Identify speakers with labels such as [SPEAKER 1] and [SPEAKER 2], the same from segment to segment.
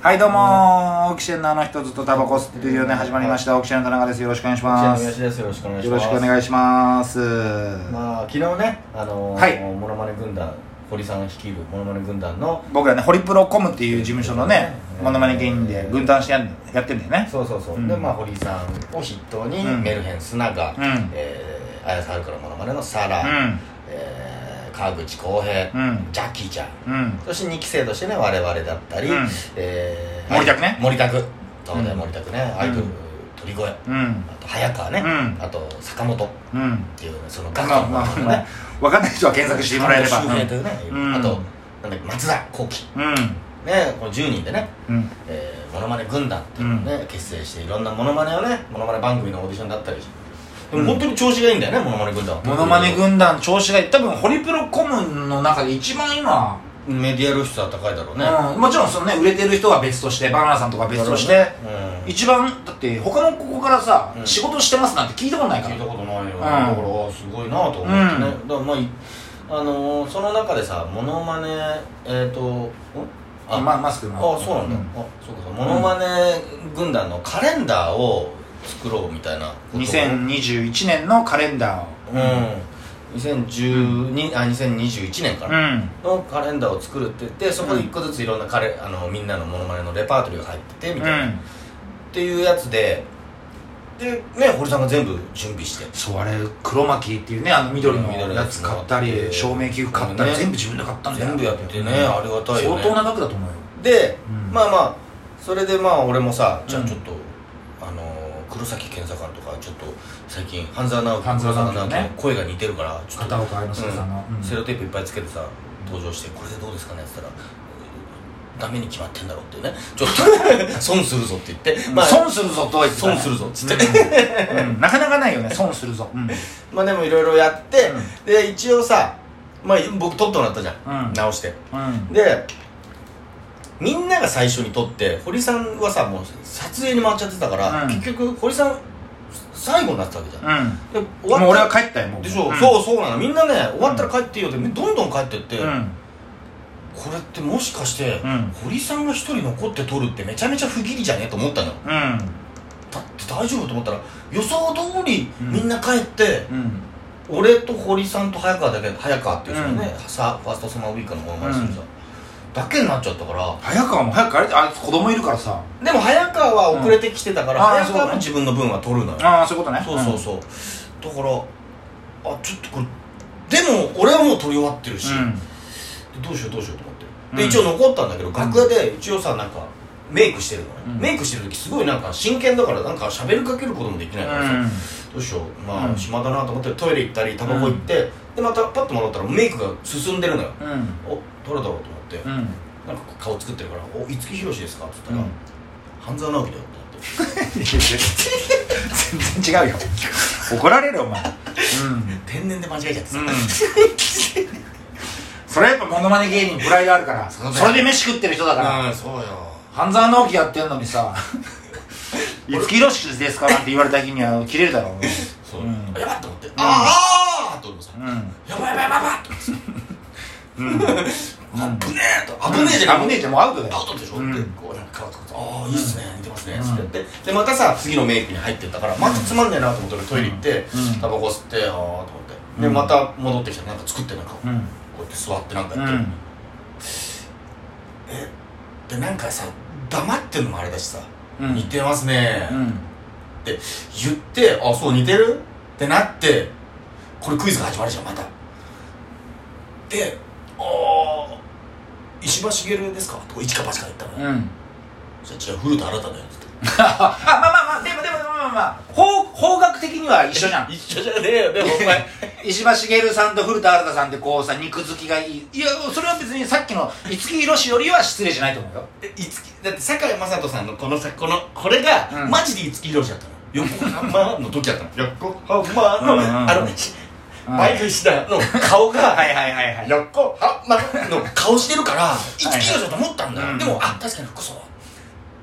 [SPEAKER 1] はいどうもーオキシエンのあの人ずっとタバコ吸ってるよね始まりましたオキシエンの田中ですよろしくお願いしま
[SPEAKER 2] こちら
[SPEAKER 1] す
[SPEAKER 2] の吉ですよろしくお願いし
[SPEAKER 1] よ
[SPEAKER 2] ま
[SPEAKER 1] ろ
[SPEAKER 2] す
[SPEAKER 1] しくお願いします
[SPEAKER 2] まあ昨日ねあのー
[SPEAKER 1] はい
[SPEAKER 2] モノマネ軍団堀さん率いるモノマネ軍団の
[SPEAKER 1] 僕らねホリプロコムっていう事務所のね
[SPEAKER 2] うん
[SPEAKER 1] モノマネ芸人で軍団してやんやってるんだよね
[SPEAKER 2] そうそうそう、
[SPEAKER 1] うん
[SPEAKER 2] でまあ堀さんを筆頭に、
[SPEAKER 1] うん
[SPEAKER 2] メルヘン砂川、
[SPEAKER 1] うん
[SPEAKER 2] えー綾瀬はるかのモノマネのサ
[SPEAKER 1] う
[SPEAKER 2] ラ、
[SPEAKER 1] ん
[SPEAKER 2] えー川口浩平、
[SPEAKER 1] うん
[SPEAKER 2] ジャッキーちゃん
[SPEAKER 1] うん
[SPEAKER 2] そして2期生としてね我々だったり、
[SPEAKER 1] うん
[SPEAKER 2] えー
[SPEAKER 1] 森拓ね
[SPEAKER 2] 森拓そうね、
[SPEAKER 1] うん
[SPEAKER 2] 森拓ねアイドル、
[SPEAKER 1] うん
[SPEAKER 2] 鳥越あ
[SPEAKER 1] うん
[SPEAKER 2] と早川ね、
[SPEAKER 1] うん
[SPEAKER 2] あと坂本っ
[SPEAKER 1] うん
[SPEAKER 2] ていうその
[SPEAKER 1] まあ
[SPEAKER 2] 楽器
[SPEAKER 1] ま
[SPEAKER 2] の
[SPEAKER 1] あまあ、
[SPEAKER 2] ね、
[SPEAKER 1] まあ、分かんない人は検索してもらえれば
[SPEAKER 2] 周平というね、
[SPEAKER 1] うん
[SPEAKER 2] あとなんだっけ松田幸喜
[SPEAKER 1] うん
[SPEAKER 2] ねこの10人でね、
[SPEAKER 1] うん
[SPEAKER 2] えー、モノマネ軍団っていうのをね、結成していろんなモノマネをねモノマネ番組のオーディションだったりでも本当に調子がいいんだよね、モノマネ軍団は
[SPEAKER 1] モノマネ軍団調子がいい多分ホリプロコムの中で一番今
[SPEAKER 2] メディア露出は高いだろうね、
[SPEAKER 1] うん、もちろんそのね売れてる人は別としてバナナさんとか別として、
[SPEAKER 2] だろうねうん
[SPEAKER 1] 一番だって他のここからさ、
[SPEAKER 2] うん
[SPEAKER 1] 仕事してますなんて聞いたことないか
[SPEAKER 2] 聞いた
[SPEAKER 1] ら
[SPEAKER 2] ことないよ、ね
[SPEAKER 1] ん
[SPEAKER 2] だからすごいなと思ってね、
[SPEAKER 1] う
[SPEAKER 2] だからまあいあのー、その中でさモノマネえっ、ー、とん
[SPEAKER 1] あまマスクの
[SPEAKER 2] あそうなんだ、
[SPEAKER 1] うん
[SPEAKER 2] あそうかそうモノマネ軍団のカレンダーを作ろうみたいなことを
[SPEAKER 1] 2021年のカレンダ
[SPEAKER 2] うん2012、あ2021年か
[SPEAKER 1] ーを
[SPEAKER 2] な、のカレンダーを作るって言ってそこで一個ずついろんなカレあのみんなのモノマネのレパートリーが入っててみ
[SPEAKER 1] う
[SPEAKER 2] たいな、
[SPEAKER 1] ん、う
[SPEAKER 2] っ
[SPEAKER 1] ん、
[SPEAKER 2] ていうやつででね堀さんが全部準備して
[SPEAKER 1] そうあれ黒巻っていうねあの緑の
[SPEAKER 2] 緑の
[SPEAKER 1] や
[SPEAKER 2] や
[SPEAKER 1] つ
[SPEAKER 2] つ
[SPEAKER 1] 買ったり照明器具買ったり、
[SPEAKER 2] うんね
[SPEAKER 1] 全部自分で買ったんだよ
[SPEAKER 2] 全部やって
[SPEAKER 1] う
[SPEAKER 2] ね、
[SPEAKER 1] ん
[SPEAKER 2] ありがたいよ、ね、
[SPEAKER 1] 相当な額だと思うよ
[SPEAKER 2] で、
[SPEAKER 1] うん
[SPEAKER 2] まあまあそれでまあ俺もさじゃ
[SPEAKER 1] う
[SPEAKER 2] あ
[SPEAKER 1] ん
[SPEAKER 2] ちょっと、あのー黒崎健太官とかちょっと最近半沢直樹
[SPEAKER 1] 半沢直樹ね
[SPEAKER 2] 黒の声が似てるからちょっと
[SPEAKER 1] 片岡愛之助さんの、
[SPEAKER 2] う
[SPEAKER 1] うんん
[SPEAKER 2] セロテープいっぱいつけてさ登場して「これでどうですかね?」って言ったら「ダメに決まってんだろ」っていうねちょっ と損するぞって言って、まあ、
[SPEAKER 1] 損するぞとは言ってたね
[SPEAKER 2] 損するぞっつ
[SPEAKER 1] って、うんうんなかなかないよね損するぞうん
[SPEAKER 2] まあでもいろいろやって、
[SPEAKER 1] うん
[SPEAKER 2] で一応さ、まあ、僕撮ってもらったじゃん、
[SPEAKER 1] うん
[SPEAKER 2] 直して
[SPEAKER 1] うん
[SPEAKER 2] でみんなが最初に撮って堀さんはさもう撮影に回っちゃってたから、
[SPEAKER 1] うん
[SPEAKER 2] 結局堀さん最後になってたわけじゃん、
[SPEAKER 1] うん
[SPEAKER 2] で終
[SPEAKER 1] もう俺
[SPEAKER 2] わ
[SPEAKER 1] は
[SPEAKER 2] った
[SPEAKER 1] 帰ったよもう
[SPEAKER 2] でしょ、
[SPEAKER 1] ん
[SPEAKER 2] そうそうなのみんなね終わったら帰っていいよってどんどん帰ってって、
[SPEAKER 1] うん
[SPEAKER 2] これってもしかして、
[SPEAKER 1] うん
[SPEAKER 2] 堀さんが一人残って撮るってめちゃめちゃ不義理じゃねえと思ったの
[SPEAKER 1] うん
[SPEAKER 2] だって大丈夫と思ったら予想通り
[SPEAKER 1] うん
[SPEAKER 2] みんな帰って、
[SPEAKER 1] うん
[SPEAKER 2] 俺と堀さんと早川だけ早川っていう人ね、
[SPEAKER 1] う
[SPEAKER 2] さファーストサマーウイカのものまねする人、だけになっちゃったから
[SPEAKER 1] 早川も早く帰ってあいつ子供いるからさ
[SPEAKER 2] でも早川は遅れてきてたから、
[SPEAKER 1] うんあー
[SPEAKER 2] 早
[SPEAKER 1] そう
[SPEAKER 2] 川
[SPEAKER 1] だ
[SPEAKER 2] も
[SPEAKER 1] ね
[SPEAKER 2] 自分の分は取るのよ
[SPEAKER 1] ああそういうことね
[SPEAKER 2] そうそうそう、だからあちょっとこれでも俺はもう取り終わってるし、
[SPEAKER 1] うん
[SPEAKER 2] どうしようどうしようと思って
[SPEAKER 1] う
[SPEAKER 2] で
[SPEAKER 1] ん
[SPEAKER 2] 一応残ったんだけど、楽屋で一応さなんかメイクしてるのね、
[SPEAKER 1] うん
[SPEAKER 2] メイクしてる時すごいなんか真剣だからなんか喋りかけることもできないからさ、どうしようまあ、
[SPEAKER 1] うん
[SPEAKER 2] 暇だなと思ってトイレ行ったりタバコ行って、でまたパッと戻ったらメイクが進んでるのよ
[SPEAKER 1] うんうん
[SPEAKER 2] お誰だろうと思って、
[SPEAKER 1] うん
[SPEAKER 2] なんか顔作ってるから「お五木ひろしですか?」って言っ
[SPEAKER 1] う
[SPEAKER 2] たら
[SPEAKER 1] ん
[SPEAKER 2] 「半沢直樹だよ」ってなって。
[SPEAKER 1] 全然違うよ怒られるよお前うん
[SPEAKER 2] 天然で間違えちゃってさ、
[SPEAKER 1] うんそれやっぱモノマネ芸人プライドあるから
[SPEAKER 2] そうだよ
[SPEAKER 1] それで飯食ってる人だから
[SPEAKER 2] うんそうよ
[SPEAKER 1] 半沢直樹やってんのにさ「五木ひろしですか?」なんて言われた日には切れるだろうね
[SPEAKER 2] そう、
[SPEAKER 1] うん
[SPEAKER 2] やばっと思って、あーあーと思ってさ、
[SPEAKER 1] うん
[SPEAKER 2] やばいやばいやばいやばいと思ってさ、うん、危ねえと危ねえじゃん
[SPEAKER 1] 危ねえじゃんもうアウトだよ
[SPEAKER 2] アウトでしょ、
[SPEAKER 1] うん
[SPEAKER 2] ってこうなんか変わってくるああいいっすね似てますね、つってやってでまたさ次のメイクに入ってったからまたつまんねえなと思って俺トイレ行って、
[SPEAKER 1] うん
[SPEAKER 2] タバコ吸ってああと思ってで
[SPEAKER 1] うん
[SPEAKER 2] また戻ってきたなんか作ってなんかこ
[SPEAKER 1] う
[SPEAKER 2] うんやって座ってなんか
[SPEAKER 1] う
[SPEAKER 2] やって、
[SPEAKER 1] ん
[SPEAKER 2] でなんかさ黙ってんのもあれだしさ、
[SPEAKER 1] うん
[SPEAKER 2] 似てますね、
[SPEAKER 1] うん
[SPEAKER 2] って言ってあそう似てるってなってこれクイズが始まるじゃんまたで「ああ石破茂ですか?」とか一か八か言ったのよ、
[SPEAKER 1] うん
[SPEAKER 2] じゃあ違う古田新太だよ」って
[SPEAKER 1] あまあまあまあでもでもでもまあまあ方方角的には一緒じゃん
[SPEAKER 2] 一緒じゃねえよでもお 前
[SPEAKER 1] 石破茂さんと古田新太さんってこうさ肉付きがいいいやそれは別にさっきの五木ひろしよりは失礼じゃないと思うよ
[SPEAKER 2] えいつきだって堺雅人さんのこのさこのこれが、
[SPEAKER 1] うん
[SPEAKER 2] マジで五木ひろしだったの横浜の時だったの横浜の、
[SPEAKER 1] うんうんうん
[SPEAKER 2] あのしバイクしたの顔が
[SPEAKER 1] はいはいはいはい
[SPEAKER 2] 横浜の顔してるから一
[SPEAKER 1] はい
[SPEAKER 2] キロだと思ったんだ
[SPEAKER 1] うん
[SPEAKER 2] よでもあ確かに服装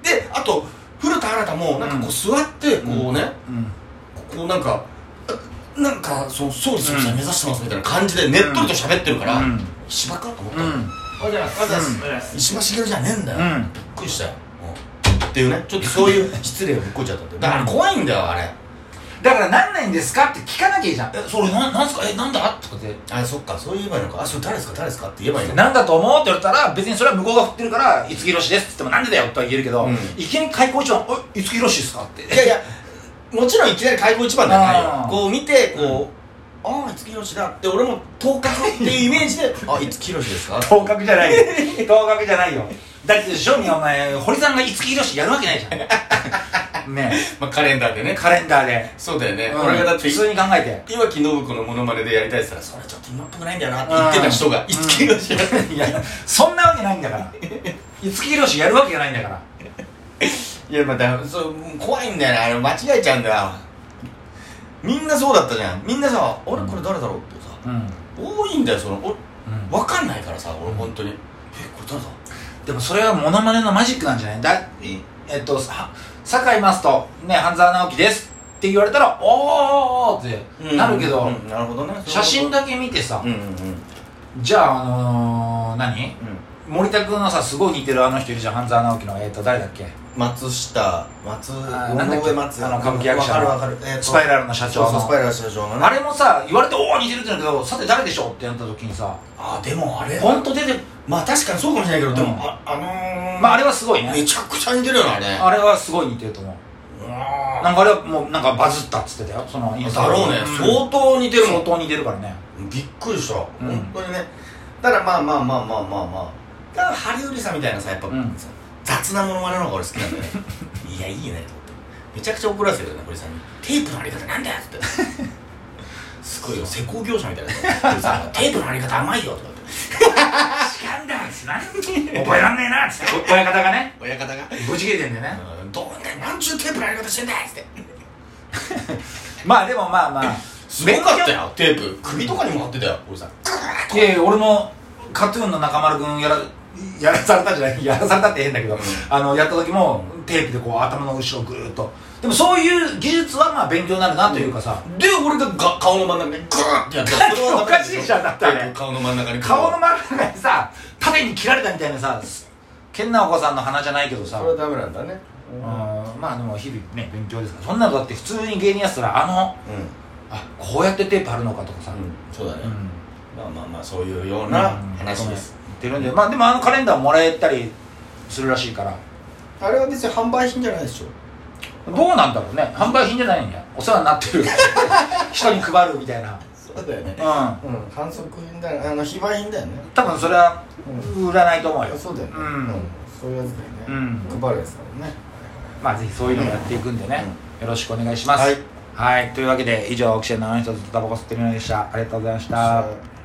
[SPEAKER 2] であと古田新太もなんかこう座ってこうね
[SPEAKER 1] うん
[SPEAKER 2] こうなんかあなんかそう総理総裁目指してますみたいな感じでねっとりと喋ってるか
[SPEAKER 1] う
[SPEAKER 2] ら
[SPEAKER 1] ん
[SPEAKER 2] 芝かと思っ
[SPEAKER 1] う
[SPEAKER 2] たの
[SPEAKER 1] ん
[SPEAKER 2] 石破茂じゃねえんだよ
[SPEAKER 1] うん
[SPEAKER 2] びっくりしたよっていうねちょっとそういう失礼をぶっこいちゃったってだから怖いんだよあれ
[SPEAKER 1] だから何なんですかって聞かなきゃいいじゃんえそれななんすかえなんだとかって
[SPEAKER 2] あそっかそう言えばいいのかあそれ誰ですか誰ですかって言えばいいのか
[SPEAKER 1] なんだと思うって言われたら別にそれは向こうが振ってるから「五木ひろしです」って言っても「なんでだよ」とは言えるけど、
[SPEAKER 2] うん
[SPEAKER 1] いきなり開口一番「え五木ひろしですか?」って
[SPEAKER 2] いやいやもちろんいきなり開口一番じゃない
[SPEAKER 1] あ
[SPEAKER 2] よ
[SPEAKER 1] ー
[SPEAKER 2] こう見てこう、ああ五木ひろしだって俺も頭角っていうイメージ であ五木ひろしですか
[SPEAKER 1] 頭角じゃないよ頭角じゃないよだって正味お前堀さんが五木ひろしやるわけないじゃ んね
[SPEAKER 2] まあカレンダーで
[SPEAKER 1] え
[SPEAKER 2] ね
[SPEAKER 1] カレンダーで、
[SPEAKER 2] そうだよね、
[SPEAKER 1] うん
[SPEAKER 2] 俺がだって
[SPEAKER 1] 普通に考えて
[SPEAKER 2] いわき信子のモノマネでやりたいって言ったらそれちょっと今っぽくないんだよなって言ってた人が五木ひろしだって
[SPEAKER 1] いやそんなわけないんだから五木ひろしやるわけがないんだから
[SPEAKER 2] いやまたそうもう怖いんだよねあれ間違えちゃうんだよみんなそうだったじゃんみんなさ「あれこれ誰だろう?」ってさ
[SPEAKER 1] うん、
[SPEAKER 2] 多いんだよそのお
[SPEAKER 1] うん
[SPEAKER 2] 分かんないからさ俺本当に「えこれ誰だ?」
[SPEAKER 1] でもそれはモノマネのマジックなんじゃないだいえっとさ堺雅人ね半沢直樹ですって言われたらおーってなるけど、
[SPEAKER 2] うんうんなるほどね
[SPEAKER 1] 写真だけ見てさ、
[SPEAKER 2] うんうんうん
[SPEAKER 1] じゃああのー、何森田君のさすごい似てるあの人いるじゃん半沢直樹のえっ、と誰だっけ
[SPEAKER 2] 松下松
[SPEAKER 1] ーなんだっけ
[SPEAKER 2] 尾上松
[SPEAKER 1] あの歌舞伎役者の
[SPEAKER 2] わかるわかるえーと
[SPEAKER 1] スパイラルの社長の
[SPEAKER 2] そうそうスパイラル社長のね
[SPEAKER 1] あれもさ言われておお似てるって言うんだけどさて誰でしょうってなった時にさ
[SPEAKER 2] あでもあれ
[SPEAKER 1] 本当出て
[SPEAKER 2] まあ確かにそうかもしれないけどで
[SPEAKER 1] うん
[SPEAKER 2] もああのー
[SPEAKER 1] まああれはすごいね
[SPEAKER 2] めちゃくちゃ似てるよねあれ
[SPEAKER 1] あれはすごい似てると思う
[SPEAKER 2] うん
[SPEAKER 1] なんかあれはもうなんかバズったっつってたよそのインスタ
[SPEAKER 2] だろうね、
[SPEAKER 1] そ
[SPEAKER 2] 相当似て
[SPEAKER 1] う
[SPEAKER 2] るも
[SPEAKER 1] 相
[SPEAKER 2] ん
[SPEAKER 1] 当似てるからね
[SPEAKER 2] びっくりし
[SPEAKER 1] う
[SPEAKER 2] た、
[SPEAKER 1] ん
[SPEAKER 2] 本当にねだからまあまあまあまあまあまあだからハリウリさんみたいなさやっぱ、
[SPEAKER 1] うん
[SPEAKER 2] 雑なものまねの方が俺好きなんだ よねいやいいねと思ってめちゃくちゃ怒らせるよね堀さんにテープの貼り方なんだよってすごいよ施工業者みたいな堀さんがテープの貼り方甘いよとかって
[SPEAKER 1] 違うんだっつって覚えらんねえな っつって親方がね
[SPEAKER 2] 親方が
[SPEAKER 1] ぶち切れてんだよね
[SPEAKER 2] うんどうんだよなんちゅうテープの貼り方してんだよって
[SPEAKER 1] まあでもまあまあ
[SPEAKER 2] すごかったよテープ首とかにも貼ってたよ堀さん
[SPEAKER 1] いやいや俺もカトゥーンの中丸くんやらやらされたじゃないや らされたって変だけど、
[SPEAKER 2] うん
[SPEAKER 1] あのやった時もテープでこう頭の後ろをぐーっとでもそういう技術はまあ勉強になるなというかさ、
[SPEAKER 2] で俺がが顔の真ん中にグーってやったらそれ はダメ
[SPEAKER 1] おかしいじゃんだってあれ
[SPEAKER 2] 顔の真ん中に
[SPEAKER 1] 顔の真ん中にさ縦に切られたみたいなさ健直子さんの鼻じゃないけどさ
[SPEAKER 2] それはダメなんだね
[SPEAKER 1] うんまあでも日々ね勉強ですからそんなのだって普通に芸人やってたらあの
[SPEAKER 2] うん、
[SPEAKER 1] あこうやってテープ貼るのかとかさ、うん
[SPEAKER 2] そうだね、まあまあまあそういうような話です、
[SPEAKER 1] 言ってるんでまあでもあのカレンダーもらえたりするらしいから
[SPEAKER 2] あれは別に販売品じゃないでしょ
[SPEAKER 1] どうなんだろうね販売品じゃないんやお世話になって る人に配るみたいな
[SPEAKER 2] そうだよね
[SPEAKER 1] う
[SPEAKER 2] うん反則品だよあの非売品だよね
[SPEAKER 1] ん多分それは売らないと思うよ
[SPEAKER 2] そうだよね、
[SPEAKER 1] うん
[SPEAKER 2] そういうやつだよね、
[SPEAKER 1] うん
[SPEAKER 2] 配るやつだもんね
[SPEAKER 1] まあぜひそういうのをやっていくんでね、よろしくお願いします
[SPEAKER 2] はい
[SPEAKER 1] はいというわけで以上オキシエンのあの人ずっとタバコ吸ってるのでしたありがとうございました
[SPEAKER 2] さあ